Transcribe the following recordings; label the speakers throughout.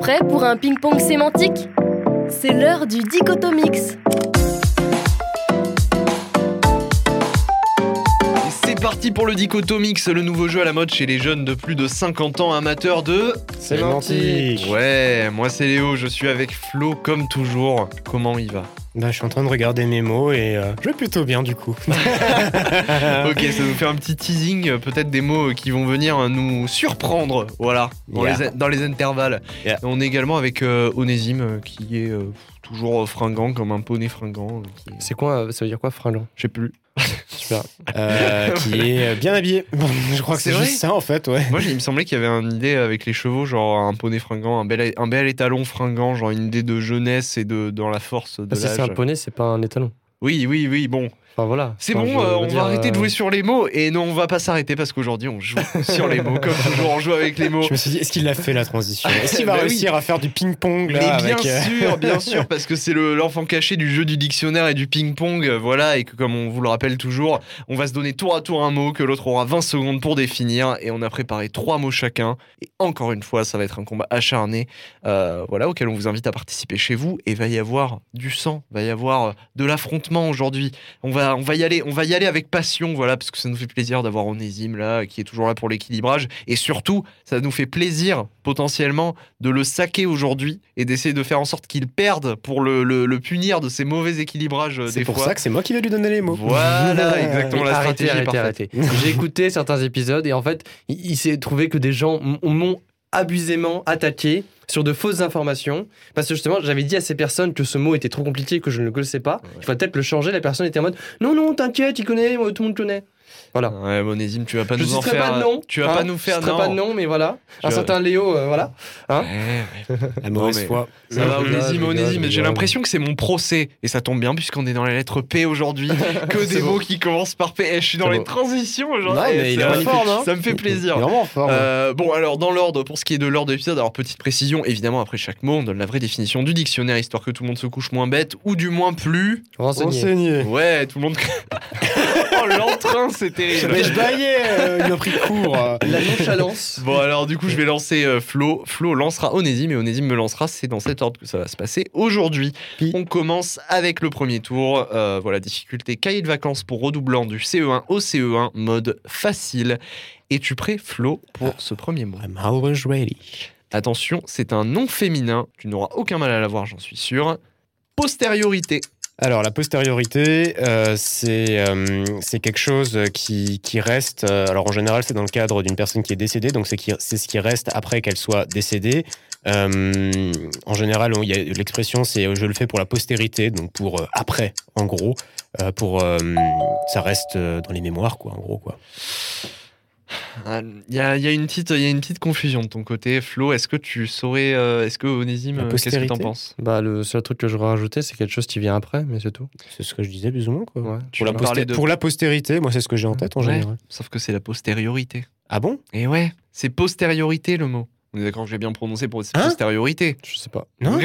Speaker 1: Prêt pour un ping-pong sémantique C'est l'heure du dichotomix.
Speaker 2: Et C'est parti pour le Dichotomix, le nouveau jeu à la mode chez les jeunes de plus de 50 ans amateurs de...
Speaker 3: C'est l'antique.
Speaker 2: Ouais, moi c'est Léo, je suis avec Flo comme toujours. Comment il va
Speaker 3: Bah, je suis en train de regarder mes mots et euh, je vais plutôt bien du coup. Ah.
Speaker 2: Ok, ça nous fait un petit teasing, euh, peut-être des mots euh, qui vont venir euh, nous surprendre, voilà, dans,
Speaker 3: Yeah.
Speaker 2: les, in- dans les intervalles.
Speaker 3: Yeah.
Speaker 2: On est également avec euh, Onésime, euh, qui est euh, toujours euh, fringant, comme un poney fringant. euh, qui est-
Speaker 4: C'est quoi euh, Ça veut dire quoi, fringant
Speaker 2: Je sais plus.
Speaker 4: Super.
Speaker 3: Euh, qui est euh, bien habillé. je crois que
Speaker 2: C'est
Speaker 3: c'est
Speaker 2: vrai
Speaker 3: juste ça en fait, ouais.
Speaker 2: Moi, j'ai- il me semblait qu'il y avait une idée avec les chevaux, genre un poney fringant, un bel, un bel étalon fringant, genre une idée de jeunesse et de dans la force de
Speaker 4: Ah, si
Speaker 2: l'âge.
Speaker 4: c'est un poney, c'est pas un étalon.
Speaker 2: Oui, oui, oui, bon.
Speaker 4: Enfin voilà.
Speaker 2: C'est
Speaker 4: Enfin,
Speaker 2: bon,
Speaker 4: je
Speaker 2: euh,
Speaker 4: veux
Speaker 2: on
Speaker 4: dire,
Speaker 2: va arrêter de
Speaker 4: euh,
Speaker 2: jouer sur les mots. Et non, on va pas s'arrêter parce qu'aujourd'hui, on joue sur les mots. Comme toujours, on joue avec les mots.
Speaker 3: Je me suis dit, est-ce qu'il a fait la transition Est-ce qu'il va
Speaker 2: Bah oui.
Speaker 3: réussir à faire du ping-pong
Speaker 2: Mais
Speaker 3: là
Speaker 2: bien
Speaker 3: avec, euh,
Speaker 2: sûr, bien sûr, parce que c'est le- l'enfant caché du jeu du dictionnaire et du ping-pong, euh, voilà, et que comme on vous le rappelle toujours, on va se donner tour à tour un mot, que l'autre aura 20 secondes pour définir, et on a préparé trois mots chacun, et encore une fois, ça va être un combat acharné, euh, voilà, auquel on vous invite à participer chez vous, et va y avoir du sang, va y avoir euh, de l'affrontement aujourd'hui, on va, on va y aller, on va y aller avec passion, voilà, parce que ça nous fait plaisir d'avoir Onésime là, qui est toujours là pour l'équilibrage, et surtout, ça nous fait plaisir potentiellement de le saquer aujourd'hui et d'essayer de faire en sorte qu'il perde pour le, le- le punir de ses mauvais équilibrages euh, des
Speaker 3: C'est pour
Speaker 2: fois.
Speaker 3: ça que c'est moi qui vais lui donner les mots.
Speaker 2: Voilà, exactement. la stratégie
Speaker 4: euh, arrêtez,
Speaker 2: est
Speaker 4: arrêtez,
Speaker 2: parfaite.
Speaker 4: arrêtez. J'ai écouté certains épisodes et en fait, il, il s'est trouvé que des gens m- m'ont abusément attaqué sur de fausses informations parce que justement j'avais dit à ces personnes que ce mot était trop compliqué que je ne le connaissais pas il faudrait peut-être le changer la personne était en mode non non t'inquiète il connaît euh, tout le monde connaît voilà
Speaker 2: Ouais, Monésime, tu vas pas
Speaker 4: je
Speaker 2: nous en
Speaker 4: citerai
Speaker 2: faire.
Speaker 4: pas de nom
Speaker 2: tu vas
Speaker 4: hein,
Speaker 2: pas nous faire
Speaker 4: je citerai pas de nom mais voilà un
Speaker 2: Je-
Speaker 4: certain Léo euh, voilà
Speaker 2: Ouais,
Speaker 3: La
Speaker 2: Non, mais-
Speaker 3: mauvaise foi.
Speaker 2: Ça va,
Speaker 4: Je rigole, je
Speaker 2: Onésime,
Speaker 4: rigole, je
Speaker 2: Onésime. J'ai
Speaker 4: rigole.
Speaker 2: l'impression que c'est mon procès. Et ça tombe bien, puisqu'on est dans la lettre P aujourd'hui. Que des
Speaker 4: C'est bon.
Speaker 2: mots qui commencent par P. Eh, je suis dans
Speaker 4: C'est
Speaker 2: les
Speaker 4: bon.
Speaker 2: transitions aujourd'hui.
Speaker 3: Non, mais il est
Speaker 2: Ça-
Speaker 3: magnifique.
Speaker 2: Ça me fait plaisir.
Speaker 3: Il est vraiment fort. ouais.
Speaker 2: Euh, bon, alors, dans l'ordre, pour ce qui est de l'ordre de l'épisode, alors, petite précision, évidemment, après chaque mot, on donne la vraie définition du dictionnaire, histoire que tout le monde se couche moins bête, ou du moins plus.
Speaker 4: renseignez
Speaker 3: Renseigné.
Speaker 2: Ouais, tout le monde. oh, l'entrain, c'est
Speaker 3: Mais
Speaker 2: terrible.
Speaker 3: je baillais, euh, il a pris court. euh.
Speaker 4: la nonchalance
Speaker 2: Bon, alors, du coup, je vais lancer euh, Flo. Flo lancera Onésime et Onésime me lancera. C'est dans cet ordre que ça va se passer aujourd'hui.
Speaker 3: Pi.
Speaker 2: On commence avec le premier tour. Euh, voilà, difficulté cahier de vacances pour redoublant du CE1 au CE1, mode facile. Es-tu prêt, Flo,
Speaker 3: Ah.
Speaker 2: pour ce premier mot
Speaker 3: I'm always ready.
Speaker 2: Attention, c'est un nom féminin. Tu n'auras aucun mal à l'avoir, j'en suis sûr. Postériorité.
Speaker 3: Alors, la postériorité, euh, c'est euh, c'est quelque chose qui, qui reste. euh, alors, en général, c'est dans le cadre d'une personne qui est décédée, donc c'est qui- c'est ce qui reste après qu'elle soit décédée. Euh, en général, on- il y a- l'expression, c'est euh, je le fais pour la postérité, donc pour euh, après, en gros. euh, pour, euh, ça reste euh, dans les mémoires, quoi, en gros. Quoi.
Speaker 2: Ah, Il y, a, il y a une petite, il y a une petite confusion de ton côté, Flo. Est-ce que tu saurais, euh, est-ce que Onésime,
Speaker 3: La
Speaker 2: euh, qu'est-ce que
Speaker 3: postérité
Speaker 2: t'en penses
Speaker 4: bah le seul truc que j'aurais rajouté c'est quelque chose qui vient après mais c'est tout
Speaker 3: C'est ce que je disais, plus ou moins. Quoi.
Speaker 4: ouais.
Speaker 2: Tu
Speaker 3: Pour, la
Speaker 2: veux parler
Speaker 3: posté-
Speaker 2: de-
Speaker 3: pour la postérité, moi, c'est ce que j'ai en tête, en
Speaker 2: Ouais.
Speaker 3: général.
Speaker 2: Sauf que c'est la postériorité.
Speaker 3: Ah bon
Speaker 2: Et Eh ouais, c'est postériorité le mot. On est d'accord que j'ai bien prononcé pour c'est
Speaker 3: Hein
Speaker 2: postériorité.
Speaker 4: je sais pas
Speaker 3: Non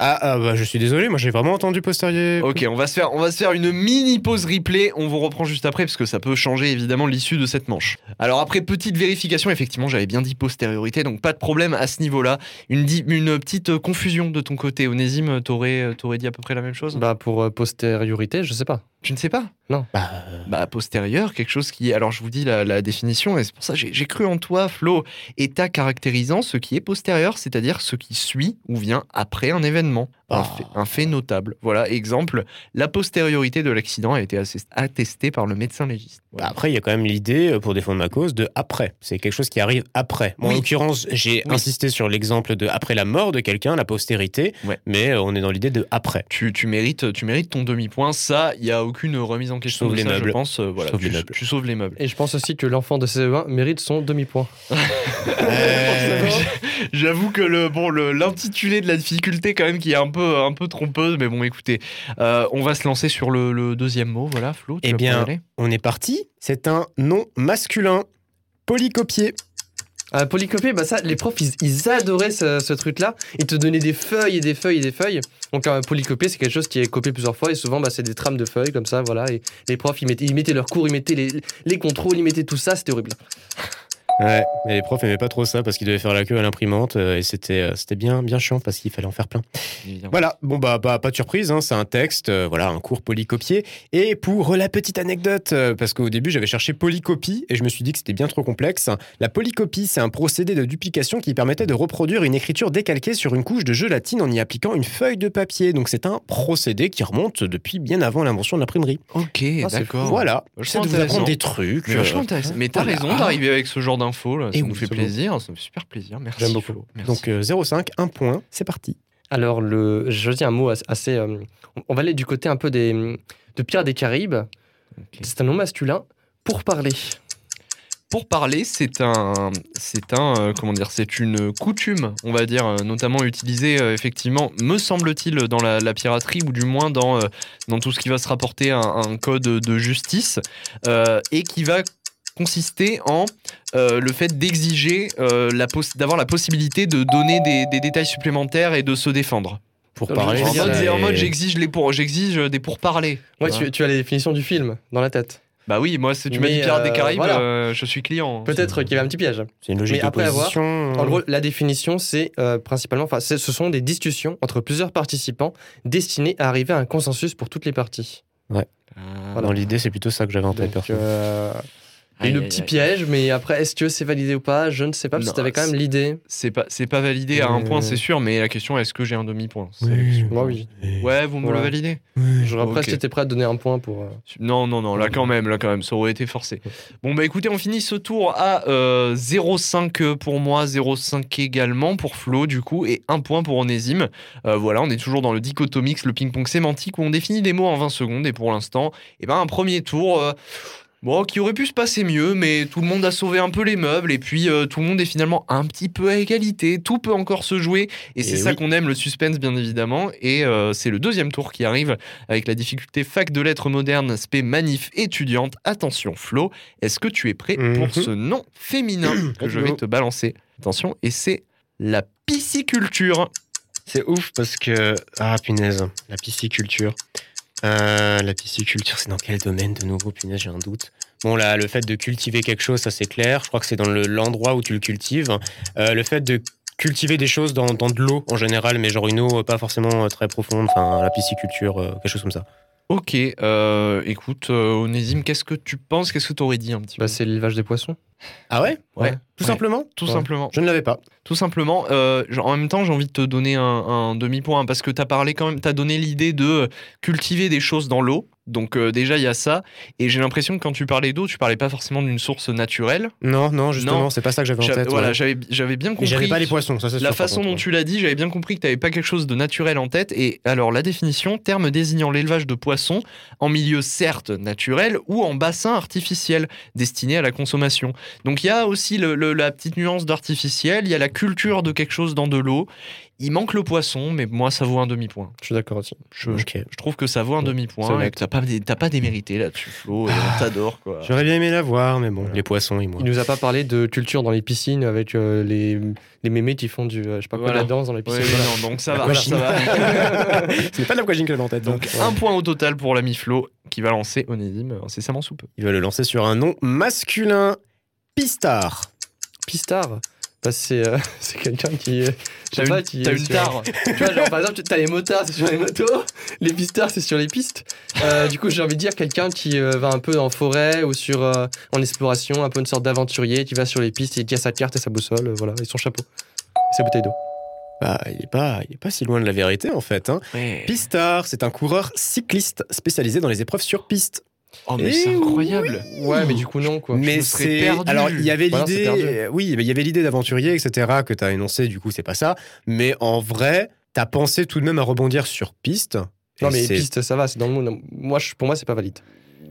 Speaker 3: Ah, ah, bah, je suis désolé, moi, j'ai vraiment entendu postérieur.
Speaker 2: Ok, on va se faire, on va se faire une mini pause replay. On vous reprend juste après parce que ça peut changer évidemment l'issue de cette manche. Alors après petite vérification, effectivement, j'avais bien dit postériorité, donc pas de problème à ce niveau-là. Une, di- une petite euh, confusion de ton côté, Onésime, t'aurais, euh, t'aurais dit à peu près la même chose.
Speaker 4: bah pour euh, postériorité je sais pas
Speaker 2: Tu ne sais pas.
Speaker 3: Bah, euh,
Speaker 2: Bah postérieur, quelque chose qui. est- Alors je vous dis la, la définition et c'est pour ça que j'ai j'ai cru en toi, Flo. État caractérisant ce qui est postérieur, c'est-à-dire ce qui suit ou vient après un événement, un,
Speaker 3: Ah.
Speaker 2: fait, un fait notable. Voilà, exemple, la postériorité de l'accident a été assest- attestée par le médecin légiste.
Speaker 3: Bah, après, il y a quand même l'idée, euh, pour défendre ma cause, de après. C'est quelque chose qui arrive après. Moi,
Speaker 2: Oui.
Speaker 3: En l'occurrence, j'ai
Speaker 2: Oui.
Speaker 3: insisté sur l'exemple de après la mort de quelqu'un, la postérité,
Speaker 2: Ouais.
Speaker 3: mais euh, on est dans l'idée de après.
Speaker 2: Tu, tu mérites, tu mérites ton demi-point. Ça, il y a aucune remise en question.
Speaker 3: sauve
Speaker 2: de
Speaker 3: les
Speaker 2: ça, Je
Speaker 3: meubles.
Speaker 2: pense, euh, voilà,
Speaker 3: sauve
Speaker 2: tu,
Speaker 3: les meubles.
Speaker 2: tu sauves les meubles.
Speaker 4: Et je pense aussi que l'enfant de CE1 mérite son demi-point.
Speaker 3: Euh,
Speaker 2: J'avoue que le bon le- l'intitulé de la difficulté quand même qui est un peu un peu trompeuse, mais bon écoutez, euh, on va se lancer sur le, le deuxième mot, voilà Flo. Tu
Speaker 3: Eh
Speaker 2: vas
Speaker 3: bien,
Speaker 2: pouvoir y aller
Speaker 3: on est parti. C'est un nom masculin. Polycopié.
Speaker 4: Ah, polycopier, bah ça, les profs, ils, ils adoraient ce, ce truc-là. Ils te donnaient des feuilles et des feuilles et des feuilles. Donc, un polycopier, c'est quelque chose qui est copié plusieurs fois. Et souvent, bah, c'est des trames de feuilles comme ça, voilà. Et les profs, ils mettaient, ils mettaient leurs cours, ils mettaient les, les contrôles, ils mettaient tout ça. C'était horrible.
Speaker 3: Ouais, mais les profs n'aimaient pas trop ça parce qu'ils devaient faire la queue à l'imprimante euh, et c'était euh, c'était bien, bien chiant parce qu'il fallait en faire plein.
Speaker 2: Évidemment.
Speaker 3: Voilà, bon bah, bah, pas de surprise, hein, c'est un texte, euh, voilà, un cours polycopié. Et pour la petite anecdote, euh, parce qu'au début j'avais cherché polycopie et je me suis dit que c'était bien trop complexe. La polycopie, c'est un procédé de duplication qui permettait de reproduire une écriture décalquée sur une couche de gelatine en y appliquant une feuille de papier. Donc c'est un procédé qui remonte depuis bien avant l'invention de l'imprimerie.
Speaker 2: Ok, d'accord.
Speaker 3: Ah, Voilà,
Speaker 2: Vachement
Speaker 3: j'essaie de vous
Speaker 2: intéressant.
Speaker 3: apprendre des trucs.
Speaker 2: Mais
Speaker 3: euh,
Speaker 2: vachement intéressant. Mais t'as
Speaker 3: voilà.
Speaker 2: raison d'arriver avec ce genre d'infos. là. Ça
Speaker 3: Et
Speaker 2: nous
Speaker 3: oui,
Speaker 2: fait
Speaker 3: c'est beau.
Speaker 2: plaisir. Ça me fait super plaisir. Merci.
Speaker 3: J'aime beaucoup.
Speaker 2: Flo. Merci.
Speaker 3: donc euh, 0,5, un point, c'est parti.
Speaker 4: Alors, le, je dis un mot as- assez. euh, on- on va aller du côté un peu des, de Pierre des Caraïbes. C'est un nom masculin pour parler.
Speaker 2: pour parler, c'est un, c'est un, euh, comment dire, c'est une coutume, on va dire, euh, notamment utilisée euh, effectivement, me semble-t-il, dans la, la piraterie ou du moins dans, euh, dans tout ce qui va se rapporter à un, un code de justice euh, et qui va consister en euh, le fait d'exiger euh, la poss- d'avoir la possibilité de donner des, des détails supplémentaires et de se défendre.
Speaker 3: Pour
Speaker 4: Donc,
Speaker 3: parler.
Speaker 4: je
Speaker 2: En
Speaker 4: veux dire,
Speaker 2: mode,
Speaker 3: ça
Speaker 2: en mode,
Speaker 3: est-
Speaker 2: j'exige les pour, j'exige des pourparlers.
Speaker 4: Moi,
Speaker 2: Voilà.
Speaker 4: tu, tu as les définitions du film dans la tête.
Speaker 2: Bah oui, moi, si tu m'as
Speaker 4: Mais,
Speaker 2: dit Pirates des
Speaker 4: euh,
Speaker 2: Caraïbes,
Speaker 4: voilà.
Speaker 2: euh, je suis client.
Speaker 4: Peut-être qu'il y avait un petit piège.
Speaker 3: C'est une logique
Speaker 4: Mais après avoir,
Speaker 3: d'opposition,
Speaker 4: En
Speaker 3: euh,
Speaker 4: gros, la définition, c'est euh, principalement, enfin, c'est- ce sont des discussions entre plusieurs participants destinées à arriver à un consensus pour toutes les parties.
Speaker 3: Dans l'idée, c'est plutôt ça que j'avais en tête.
Speaker 4: Donc,
Speaker 3: perso.
Speaker 4: euh, il y a eu le petit piège, mais après, est-ce que c'est validé ou pas Je ne sais pas, parce
Speaker 2: Non,
Speaker 4: que t'avais quand même
Speaker 2: c'est-
Speaker 4: l'idée.
Speaker 2: C'est pas, c'est pas validé à un
Speaker 4: Euh.
Speaker 2: point, c'est sûr, mais la question est-ce que j'ai un demi-point C'est-
Speaker 4: Moi, oui.
Speaker 2: Ouais, vous me le
Speaker 4: Ouais.
Speaker 2: validez
Speaker 4: J'aurais
Speaker 2: Ok.
Speaker 4: presque été prêt à te donner un point pour. euh,
Speaker 2: Non, non, non, là quand même, là quand même, ça aurait été forcé. Bon, bah écoutez, on finit ce tour à euh, 0,5 pour moi, 0,5 également pour Flo, du coup, et 1 point pour Onésime. Euh, voilà, on est toujours dans le dichotomix, le ping-pong sémantique, où on définit des mots en 20 secondes, et pour l'instant, eh ben, un premier tour. euh, Bon, qui aurait pu se passer mieux, mais tout le monde a sauvé un peu les meubles, et puis euh, tout le monde est finalement un petit peu à égalité, tout peut encore se jouer, et, c'est
Speaker 3: Eh
Speaker 2: ça
Speaker 3: oui.
Speaker 2: qu'on aime, le suspense bien évidemment, et euh, c'est le deuxième tour qui arrive avec la difficulté fac de lettres modernes, spé manif étudiante. Attention Flo, est-ce que tu es prêt pour
Speaker 3: Mhm.
Speaker 2: ce nom féminin que je vais te balancer Attention, et c'est la pisciculture.
Speaker 3: C'est ouf parce que. Ah, punaise, la pisciculture. Euh, la pisciculture, c'est dans quel domaine de nouveau Punaise, j'ai un doute. Bon, là, le fait de cultiver quelque chose, ça c'est clair. Je crois que c'est dans le- l'endroit où tu le cultives. Euh, le fait de cultiver des choses dans, dans de l'eau en général, mais genre une eau euh, pas forcément euh, très profonde, enfin la pisciculture, euh, quelque chose comme ça.
Speaker 2: Ok, euh, écoute, euh, Onésime, qu'est-ce que tu penses Qu'est-ce que tu aurais dit un petit peu
Speaker 4: Bah, c'est l'élevage des poissons.
Speaker 3: Ah ouais
Speaker 2: Ouais.
Speaker 3: Tout
Speaker 2: Ouais.
Speaker 3: simplement
Speaker 2: Tout
Speaker 4: ouais.
Speaker 2: simplement.
Speaker 3: Je ne l'avais pas.
Speaker 2: Tout simplement. euh, genre, en même temps, j'ai envie de te donner un, un demi-point hein, parce que t'as parlé quand même, t'as donné l'idée de euh, cultiver des choses dans l'eau. Donc euh, déjà, il y a ça. Et j'ai l'impression que quand tu parlais d'eau, tu parlais pas forcément d'une source naturelle.
Speaker 3: Non, non, justement,
Speaker 2: Non.
Speaker 3: c'est pas ça que j'avais en
Speaker 2: J'avais-
Speaker 3: tête.
Speaker 2: voilà,
Speaker 3: ouais.
Speaker 2: j'avais j'avais bien
Speaker 3: Mais
Speaker 2: compris.
Speaker 3: j'avais pas les
Speaker 2: que-
Speaker 3: poissons, ça c'est
Speaker 2: La
Speaker 3: sûr, par
Speaker 2: façon
Speaker 3: contre.
Speaker 2: dont tu l'as dit, j'avais bien compris que tu n'avais pas quelque chose de naturel en tête. Et alors, la définition, terme désignant l'élevage de poissons en milieu certes naturel ou en bassin artificiel destiné à la consommation. Donc, il y a aussi le- le- la petite nuance d'artificiel, il y a la culture de quelque chose dans de l'eau. Il manque le poisson, mais moi, ça vaut un demi-point.
Speaker 4: Je suis d'accord aussi.
Speaker 2: Je, je-
Speaker 3: Ok.
Speaker 2: je trouve que ça vaut un
Speaker 4: C'est
Speaker 2: demi-point.
Speaker 4: honnête.
Speaker 2: et que T'as pas, dé- t'as pas démérité là-dessus, Flo. et
Speaker 3: Ah.
Speaker 2: on t'adore, quoi.
Speaker 3: J'aurais bien aimé la voir, mais bon,
Speaker 4: Voilà.
Speaker 3: les poissons, ils moi.
Speaker 4: Il nous a pas parlé de culture dans les piscines avec euh, les, les mémés qui font du. euh, je sais pas quoi,
Speaker 2: Voilà.
Speaker 4: la danse dans les
Speaker 2: Ouais,
Speaker 4: piscines. Voilà.
Speaker 2: non, donc ça va,
Speaker 3: Voilà.
Speaker 2: ça va.
Speaker 3: Ce n'est pas de l'aquagym que j'avais en tête. hein.
Speaker 2: Donc, un point au total pour l'ami Flo qui va lancer Onésime incessamment sous peu.
Speaker 3: Il va le lancer sur un nom masculin. Pistard.
Speaker 4: Pistard bah, c'est euh, c'est quelqu'un qui. euh, je sais
Speaker 2: T'as
Speaker 4: pas,
Speaker 2: une,
Speaker 4: qui
Speaker 2: t'as
Speaker 4: est
Speaker 2: une
Speaker 4: sur-
Speaker 2: tare.
Speaker 4: tu vois, genre, par exemple, tu- t'as les motards, c'est sur les motos, les pistards, c'est sur les pistes. Euh, du coup, j'ai envie de dire quelqu'un qui euh, va un peu en forêt ou sur, euh, en exploration, un peu une sorte d'aventurier qui va sur les pistes et qui a sa carte et sa boussole, euh, voilà, et son chapeau, et sa bouteille d'eau.
Speaker 3: Bah, il n'est pas, il est pas si loin de la vérité en fait. hein. Pistard, c'est un coureur cycliste spécialisé dans les épreuves sur piste.
Speaker 2: Oh, mais c'est
Speaker 3: Eh
Speaker 2: incroyable.
Speaker 4: Ouais, mais du coup, non, quoi.
Speaker 2: me
Speaker 3: mais
Speaker 2: serais
Speaker 3: c'est
Speaker 2: perdu.
Speaker 3: alors il y avait
Speaker 4: Voilà, Bah c'est
Speaker 3: l'idée,
Speaker 4: perdu.
Speaker 3: euh, oui, mais il y avait l'idée d'aventurier, etc. que t'as énoncé. Du coup, c'est pas ça. Mais en vrai, t'as pensé tout de même à rebondir sur piste.
Speaker 4: Non,
Speaker 3: Et
Speaker 4: mais
Speaker 3: c'est-
Speaker 4: piste, ça va, c'est dans le monde. Moi, je- pour moi, c'est pas valide.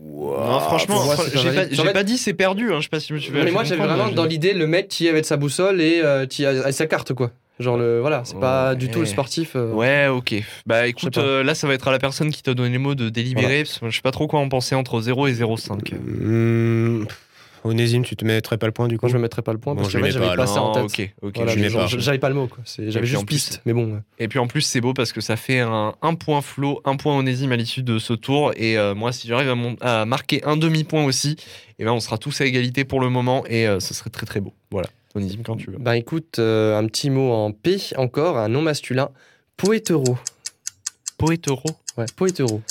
Speaker 2: Non, Bah, franchement,
Speaker 4: pour moi,
Speaker 2: fran-
Speaker 4: c'est pas
Speaker 2: j'ai, pas,
Speaker 4: valide.
Speaker 2: j'ai
Speaker 4: En fait-
Speaker 2: pas dit c'est perdu. Hein, je sais pas si je me suis fait-
Speaker 4: mais moi,
Speaker 2: je
Speaker 4: j'avais
Speaker 2: comprends,
Speaker 4: vraiment
Speaker 2: mais
Speaker 4: dans
Speaker 2: j'ai-
Speaker 4: l'idée le mec qui avait de sa boussole et euh, qui a, a sa carte, quoi. Genre, le, voilà, c'est pas du tout le
Speaker 2: Ouais.
Speaker 4: sportif. euh.
Speaker 2: Ouais, ok. Bah écoute,
Speaker 4: pas.
Speaker 2: euh, là ça va être à la personne
Speaker 4: Euh,
Speaker 2: qui t'a donné les mots de délibérer, parce que je sais pas trop quoi en penser entre 0 et 0,5.
Speaker 3: Hmm, Onésime, tu te mettrais pas le point du coup
Speaker 4: Moi, je me mettrais pas le point
Speaker 3: Bon,
Speaker 4: parce
Speaker 3: je
Speaker 4: que ouais,
Speaker 3: l'ai
Speaker 4: j'avais
Speaker 3: pas,
Speaker 4: pas ça en
Speaker 2: Non,
Speaker 4: tête.
Speaker 2: ok, ok.
Speaker 4: Voilà,
Speaker 3: je l'ai
Speaker 4: mais genre,
Speaker 3: pas.
Speaker 4: je- j'avais pas le mot quoi. C'est- J'avais
Speaker 2: puis en
Speaker 4: juste
Speaker 2: plus-
Speaker 4: piste, mais bon. ouais.
Speaker 2: Et puis en plus, c'est beau parce que ça fait un, un point flot, un point onésime à l'issue de ce tour. Et euh, moi, si j'arrive à, mon- à marquer un demi-point aussi, et ben on sera tous à égalité pour le moment et euh, ce serait très très beau. Voilà, onésime quand tu veux.
Speaker 4: Ben écoute, euh, un petit mot en P encore, un nom masculin, poétero.
Speaker 2: Poétero.
Speaker 4: Ouais, poétero.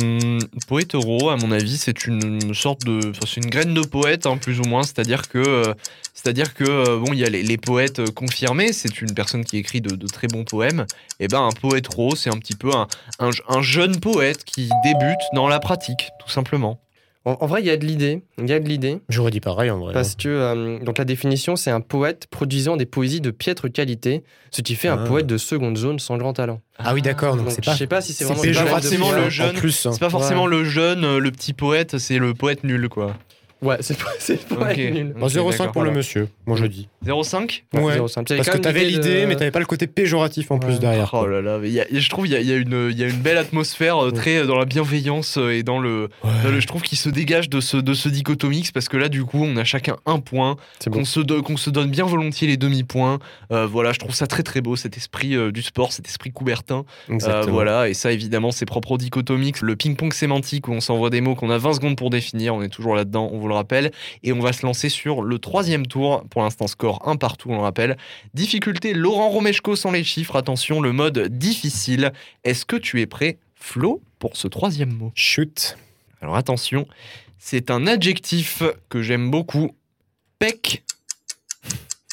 Speaker 2: Hum, poétero, à mon avis, c'est une sorte de, enfin, c'est une graine de poète, hein, plus ou moins. C'est-à-dire que, euh, c'est-à-dire que, euh, bon, il y a les, les poètes euh, confirmés. C'est une personne qui écrit de, de très bons poèmes. Et ben, un poétero, c'est un petit peu un, un, un jeune poète qui débute dans la pratique, tout simplement.
Speaker 4: En, en vrai, il y a de l'idée. Il y a de l'idée.
Speaker 3: J'aurais dit pareil en vrai. hein.
Speaker 4: Parce que euh, donc la définition, c'est un poète produisant des poésies de piètre qualité, ce qui fait un
Speaker 3: Ah.
Speaker 4: poète de seconde zone sans grand talent.
Speaker 3: Ah oui, d'accord, donc
Speaker 4: Donc,
Speaker 3: c'est
Speaker 4: je
Speaker 3: pas.
Speaker 4: sais pas si c'est
Speaker 3: c'est
Speaker 4: vraiment
Speaker 2: péjoratif.
Speaker 4: une
Speaker 2: Forcément,
Speaker 4: blague de-
Speaker 2: le jeu- jeune.
Speaker 3: En plus, hein.
Speaker 2: C'est pas forcément le jeune, euh, le petit poète, c'est le poète nul, quoi.
Speaker 4: Ouais, c'est pas, c'est pas
Speaker 2: Ok.
Speaker 4: nul.
Speaker 3: Bon,
Speaker 2: Ok,
Speaker 3: 0,5 pour
Speaker 2: d'accord.
Speaker 3: le monsieur, moi je dis.
Speaker 2: 0,5
Speaker 3: Ouais.
Speaker 4: 0,5. J'avais
Speaker 3: Parce
Speaker 4: quand
Speaker 3: que
Speaker 4: même
Speaker 3: t'avais l'idée,
Speaker 4: de-
Speaker 3: mais t'avais pas le côté péjoratif en plus
Speaker 4: Ouais.
Speaker 3: derrière.
Speaker 2: Oh
Speaker 3: quoi.
Speaker 2: là là, mais il y a- je trouve il y a, il y a une, il y a une belle atmosphère euh, très euh, dans la bienveillance euh, et dans le, dans le- je trouve qu'il se dégage de ce, de ce dichotomix parce que là du coup on a chacun un point,
Speaker 4: C'est bon.
Speaker 2: qu'on se, do- qu'on se donne bien volontiers les demi-points. Euh, voilà, je trouve ça très très beau cet esprit euh, du sport, cet esprit coubertin. Euh,
Speaker 3: Exactement.
Speaker 2: voilà, et ça évidemment c'est propre au dichotomix, le ping-pong sémantique où on s'envoie des mots qu'on a 20 secondes pour définir, on est toujours là-dedans, on vous le rappelle, et on va se lancer sur le troisième tour, pour l'instant score un partout, on le rappelle. Difficulté Laurent Romeshko sans les chiffres, attention, le mode difficile. Est-ce que tu es prêt, Flo, pour ce troisième mot
Speaker 3: Chut.
Speaker 2: Alors attention, c'est un adjectif que j'aime beaucoup, pec.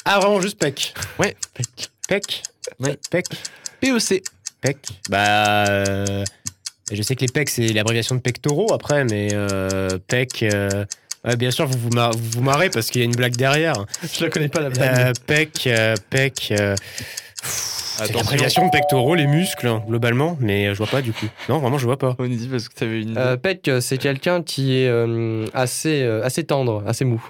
Speaker 3: Ah, vraiment, juste pec.
Speaker 2: Ouais.
Speaker 3: Pec. Pec.
Speaker 2: Ouais.
Speaker 3: Pec.
Speaker 2: PEC.
Speaker 3: Pec. Bah. euh, Je sais que les pecs, c'est l'abréviation de pectoraux après, mais euh, pec. euh, ouais, bien sûr, vous vous, mar- vous vous marrez parce qu'il y a une blague derrière.
Speaker 4: Je la connais pas la blague.
Speaker 3: Euh, pec, euh, pec. euh, C'est
Speaker 2: Attention.
Speaker 3: l'abréviation de pectoraux, les muscles, hein, globalement, mais euh, je vois pas du coup. Non, vraiment, je vois pas.
Speaker 2: On dit parce que t'avais une...
Speaker 4: Euh, Peck, euh, c'est quelqu'un qui est euh, assez, euh, assez tendre, assez mou.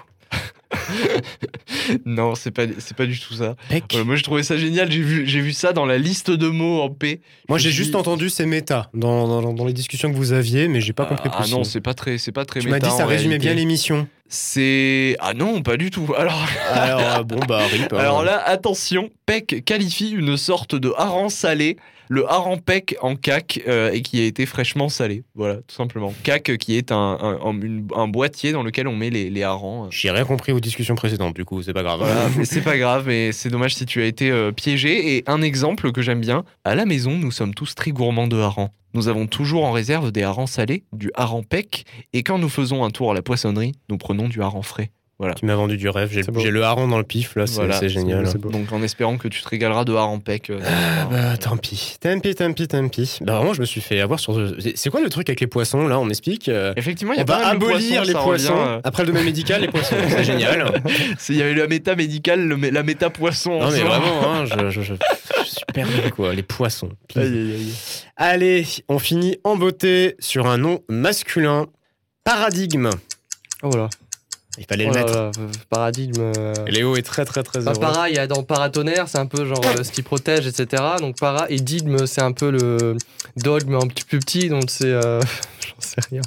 Speaker 2: Non, c'est pas, c'est pas du tout ça.
Speaker 3: Pec.
Speaker 2: Voilà, Euh, moi, j'ai trouvé ça génial. J'ai vu, j'ai vu ça dans la liste de mots en P.
Speaker 3: Moi,
Speaker 2: je
Speaker 3: j'ai
Speaker 2: dis-
Speaker 3: juste entendu ces méta dans, dans, dans les discussions que vous aviez, mais j'ai pas compris
Speaker 2: ah
Speaker 3: plus.
Speaker 2: non, c'est pas très, c'est pas très.
Speaker 3: tu m'as
Speaker 2: méta,
Speaker 3: dit ça
Speaker 2: en
Speaker 3: résumait
Speaker 2: réalité.
Speaker 3: bien l'émission.
Speaker 2: C'est ah non, pas du tout. Alors,
Speaker 3: Alors euh, bon bah rip. hein.
Speaker 2: alors là, attention. Peck qualifie une sorte de hareng salé. Le hareng peck en cac euh, et qui a été fraîchement salé. Voilà, tout simplement. Cac euh, qui est un, un, un- une- un boîtier dans lequel on met les, les harengs. euh.
Speaker 3: J'ai rien compris aux discussions précédentes, du coup, c'est pas grave.
Speaker 2: Voilà, mais c'est pas grave, mais c'est dommage si tu as été euh, piégé. Et un exemple que j'aime bien, à la maison, nous sommes tous très gourmands de harengs. Nous avons toujours en réserve des harengs salés, du hareng pec, et quand nous faisons un tour à la poissonnerie, nous prenons du hareng frais.
Speaker 3: Tu m'as vendu du rêve, j'ai
Speaker 4: C'est beau.
Speaker 3: j'ai le harangue dans le pif, là, Ah, c'est
Speaker 2: Voilà.
Speaker 3: c'est génial.
Speaker 4: C'est beau.
Speaker 2: Donc en espérant que tu te régaleras de hareng pec. euh,
Speaker 3: Ah bah tant pis, tant pis, tant pis, tant pis. Bah vraiment, je me suis fait avoir sur... c'est- C'est quoi le truc avec les poissons, là On m'explique euh,
Speaker 2: Effectivement, il y
Speaker 3: On
Speaker 2: a pas
Speaker 3: va
Speaker 2: mal de
Speaker 3: abolir les
Speaker 2: ça
Speaker 3: poissons.
Speaker 2: revient, euh,
Speaker 3: Après le domaine médical, les poissons, c'est génial.
Speaker 2: c'est- Il y avait la méta médicale, le mé- la méta poisson.
Speaker 3: Non mais vraiment, hein, je, je, je, je suis perdu, quoi, les poissons.
Speaker 2: Aïe, aïe, aïe.
Speaker 3: Allez, on finit en beauté sur un nom masculin. Paradigme.
Speaker 4: Oh là.
Speaker 3: Il fallait
Speaker 4: Oh
Speaker 3: le
Speaker 4: là
Speaker 3: mettre.
Speaker 4: là, euh, paradigme. euh,
Speaker 3: Léo est très très très
Speaker 4: Bah,
Speaker 3: heureux.
Speaker 4: pareil, dans paratonnerre, c'est un peu genre euh, ce qui protège, etc. Donc para et didme, c'est un peu le dogme un petit peu petit, donc c'est. euh, J'en sais rien.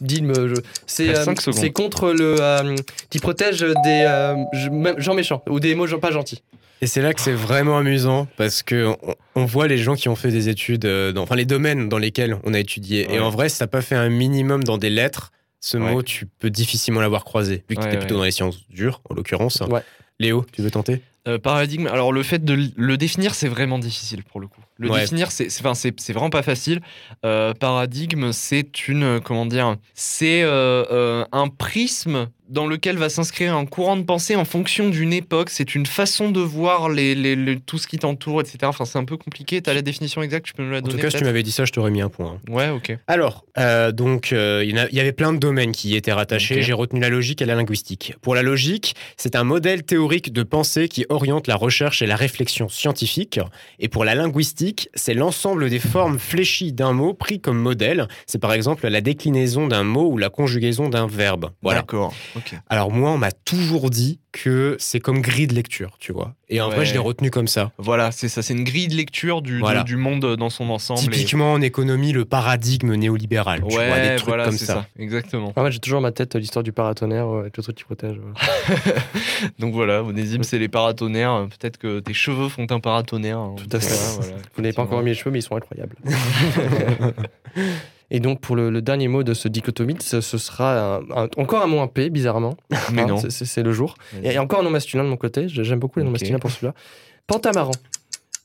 Speaker 4: Didme, je- c'est
Speaker 2: T'as
Speaker 4: euh,
Speaker 2: cinq secondes.
Speaker 4: c'est contre le euh, qui protège des euh, je- même- gens méchants ou des mots gens pas gentils.
Speaker 3: Et c'est là que c'est vraiment amusant parce que on, on voit les gens qui ont fait des études, euh, dans, enfin les domaines dans lesquels on a étudié.
Speaker 2: Ouais.
Speaker 3: Et en vrai, si t'as pas fait un minimum dans des lettres, ce
Speaker 2: Ouais.
Speaker 3: mot, tu peux difficilement l'avoir croisé, vu que
Speaker 2: Ouais,
Speaker 3: t'étais plutôt
Speaker 2: ouais.
Speaker 3: dans les sciences dures, en l'occurrence.
Speaker 4: Ouais.
Speaker 3: Léo, tu veux tenter
Speaker 2: Euh, paradigme, alors le fait de l- le définir, c'est vraiment difficile pour le coup. Le
Speaker 3: Ouais.
Speaker 2: définir, c'est c'est- enfin, c'est c'est vraiment pas facile. Euh, paradigme, c'est une, euh, comment dire, c'est euh, euh, un prisme dans lequel va s'inscrire un courant de pensée en fonction d'une époque. C'est une façon de voir les, les- les- tout ce qui t'entoure, etc. Enfin, c'est un peu compliqué. T'as la définition exacte, tu peux me la
Speaker 3: En tout
Speaker 2: donner
Speaker 3: cas, si tu
Speaker 2: peut-être
Speaker 3: m'avais dit ça, je t'aurais mis un point. hein.
Speaker 2: Ouais, ok.
Speaker 3: Alors, euh, donc, euh, il y en a- il y avait plein de domaines qui y étaient rattachés.
Speaker 2: Ok.
Speaker 3: J'ai retenu la logique et la linguistique. Pour la logique, c'est un modèle théorique de pensée qui oriente la recherche et la réflexion scientifique. Et pour la linguistique, c'est l'ensemble des formes fléchies d'un mot pris comme modèle. C'est par exemple la déclinaison d'un mot ou la conjugaison d'un verbe. Voilà.
Speaker 2: D'accord. Ok.
Speaker 3: Alors moi, on m'a toujours dit que c'est comme grille de lecture, tu vois. Et en
Speaker 2: Ouais.
Speaker 3: vrai, je l'ai retenu comme ça.
Speaker 2: Voilà, c'est ça, c'est une grille de lecture du,
Speaker 3: Voilà.
Speaker 2: du, du monde dans son ensemble. et-
Speaker 3: Typiquement en économie, le paradigme néolibéral, tu vois, des
Speaker 2: Ouais,
Speaker 3: trucs
Speaker 2: voilà,
Speaker 3: comme
Speaker 2: c'est ça. Exactement.
Speaker 4: En fait, j'ai toujours en ma tête euh, l'histoire du paratonnerre euh, avec le truc qui protège. voilà.
Speaker 2: Donc voilà, Onésime, c'est les paratonnerres. Peut-être que tes cheveux font un paratonnerre. hein.
Speaker 4: Tout à fait.
Speaker 2: Voilà, voilà.
Speaker 4: Vous n'avez pas encore mis les cheveux, mais ils sont incroyables. Et donc, pour le, le dernier mot de ce dichotomie, ce, ce sera un- un- encore un mot un P, bizarrement.
Speaker 2: Mais
Speaker 4: Hein,
Speaker 2: non.
Speaker 4: c'est- C'est c'est le jour. Et, et encore un nom masculin de mon côté. j'ai- J'aime beaucoup les noms
Speaker 2: Ok.
Speaker 4: masculins pour celui-là. Pantamaran.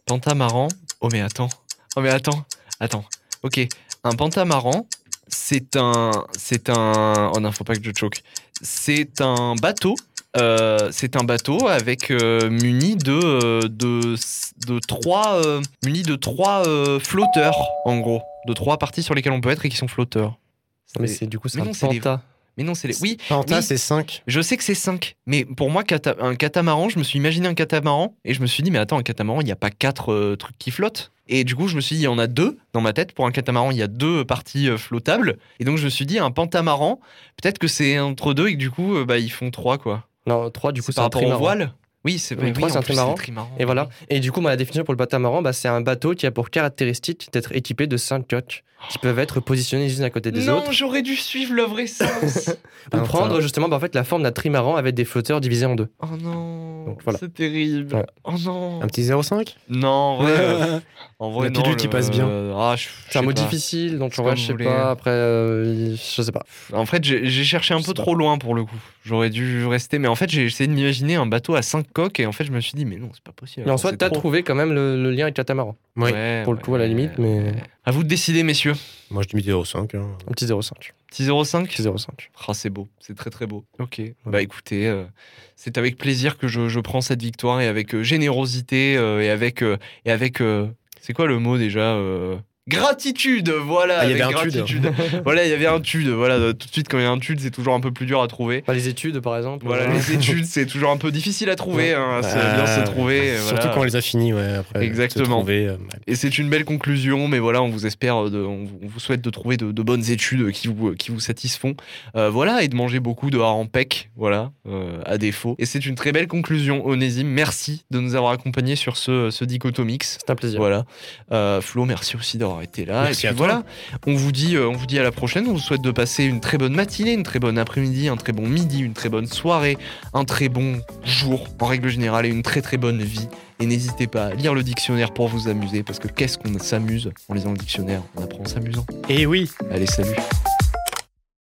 Speaker 2: Pantamaran. Oh mais attends. Oh mais attends. Attends. Ok. Un pantamaran, c'est un, c'est un. Oh non, faut pas que je choque. C'est un bateau. euh, c'est un bateau avec euh, muni de euh, de de trois euh, muni de trois euh, flotteurs en gros, de trois parties sur lesquelles on peut être et qui sont flotteurs.
Speaker 4: Mais c'est du coup, c'est
Speaker 2: mais
Speaker 4: un
Speaker 2: non, c'est les-
Speaker 4: panta.
Speaker 2: Mais non, c'est les. Oui,
Speaker 3: Panta,
Speaker 2: Oui.
Speaker 3: c'est 5.
Speaker 2: Je sais que c'est 5, mais pour moi, cata- un catamaran, je me suis imaginé un catamaran et je me suis dit, mais attends, un catamaran, il n'y a pas 4 trucs qui flottent. Et du coup, je me suis dit, il y en a deux dans ma tête. Pour un catamaran, il y a deux parties euh, flottables. Et donc, je me suis dit, un pentamaran, peut-être que c'est entre deux et que du coup, euh, bah, ils font trois, quoi.
Speaker 4: Non, 3, du coup,
Speaker 2: C'est
Speaker 4: c'est
Speaker 2: par
Speaker 4: un
Speaker 2: rapport au
Speaker 4: trimaran.
Speaker 2: voile Oui, c'est
Speaker 4: Oui,
Speaker 2: oui,
Speaker 4: trois,
Speaker 2: en
Speaker 4: c'est un
Speaker 2: plus,
Speaker 4: trimaran.
Speaker 2: des trimarans.
Speaker 4: Et voilà. Et du coup, moi, la définition pour le patamaran, bah, c'est un bateau qui a pour caractéristique d'être équipé de 5 coques qui peuvent être positionnées les unes à côté des
Speaker 2: non,
Speaker 4: autres.
Speaker 2: j'aurais dû suivre le vrai sens.
Speaker 4: Ou
Speaker 3: Putain.
Speaker 4: prendre justement bah, en fait, la forme d'un trimaran avec des flotteurs divisés en deux.
Speaker 2: oh non,
Speaker 4: Donc, voilà.
Speaker 2: c'est terrible.
Speaker 4: Ouais.
Speaker 2: Oh non.
Speaker 3: Un petit 0,5
Speaker 2: Non, en vrai, euh, en vrai,
Speaker 3: La
Speaker 2: non,
Speaker 3: pilule qui
Speaker 2: le-
Speaker 3: passe bien.
Speaker 2: Ah, je- je
Speaker 4: C'est un
Speaker 2: sais
Speaker 4: mot
Speaker 2: pas.
Speaker 4: difficile, donc
Speaker 2: C'est
Speaker 4: en vrai,
Speaker 2: comme
Speaker 4: je
Speaker 2: vous
Speaker 4: sais
Speaker 2: voulez.
Speaker 4: pas. Après, euh, je sais pas.
Speaker 2: En fait, j'ai j'ai cherché un
Speaker 3: Je
Speaker 2: peu
Speaker 3: sais
Speaker 2: trop loin pour le coup. J'aurais dû rester, mais en fait, j'ai essayé de m'imaginer un bateau à 5 coques et en fait, je me suis dit, mais non, c'est pas possible.
Speaker 4: Mais en
Speaker 2: Non,
Speaker 4: soi,
Speaker 2: c'est
Speaker 4: t'as
Speaker 2: trop.
Speaker 4: trouvé quand même le, le lien avec catamaran.
Speaker 3: Oui,
Speaker 2: Ouais,
Speaker 4: pour le
Speaker 2: ouais,
Speaker 4: coup, à la
Speaker 2: ouais.
Speaker 4: limite, mais euh,
Speaker 2: À vous de décider, messieurs.
Speaker 3: Moi, je dis 0,5. hein.
Speaker 4: un petit 0,5.
Speaker 2: Petit 05
Speaker 4: Petit 0,5.
Speaker 2: Ah, c'est beau, c'est très très beau. Ok. Bah écoutez, euh, c'est avec plaisir que je, je prends cette victoire et avec euh, générosité euh, et avec. euh, et avec euh, c'est quoi le mot déjà euh, Gratitude, voilà.
Speaker 3: Ah, il y
Speaker 2: avec
Speaker 3: avait un tude.
Speaker 2: gratitude. voilà, il y avait un tude. Voilà, euh, tout de suite, quand il y a un tude, c'est toujours un peu plus dur à trouver.
Speaker 4: Enfin, les études, par exemple.
Speaker 2: Voilà,
Speaker 4: euh,
Speaker 2: les études, c'est toujours un peu difficile à trouver, hein, à se-
Speaker 3: Euh,
Speaker 2: bien se trouver. euh,
Speaker 3: Surtout
Speaker 2: voilà.
Speaker 3: quand on les a finis, ouais. Après,
Speaker 2: Exactement.
Speaker 3: se trouver, euh, ouais.
Speaker 2: Et c'est une belle conclusion, mais voilà, on vous espère, euh, de- on vous- on vous souhaite de trouver de, de bonnes études qui vous, qui vous satisfont. Euh, voilà, et de manger beaucoup de hareng pec, voilà, euh, à défaut. Et c'est une très belle conclusion, Onésime. Merci de nous avoir accompagnés sur ce, ce dichotomix.
Speaker 4: C'est un plaisir.
Speaker 2: Voilà. Euh, Flo, merci aussi d'avoir été là.
Speaker 3: Merci
Speaker 2: et
Speaker 3: à
Speaker 2: puis
Speaker 3: toi.
Speaker 2: voilà, on vous, dit, euh, on vous dit à la prochaine. On vous souhaite de passer une très bonne matinée, une très bonne après-midi, un très bon midi, une très bonne soirée, un très bon jour en règle générale et une très très bonne vie. Et n'hésitez pas à lire le dictionnaire pour vous amuser parce que qu'est-ce qu'on s'amuse en lisant le dictionnaire On apprend en s'amusant.
Speaker 3: Et oui
Speaker 2: Allez, salut.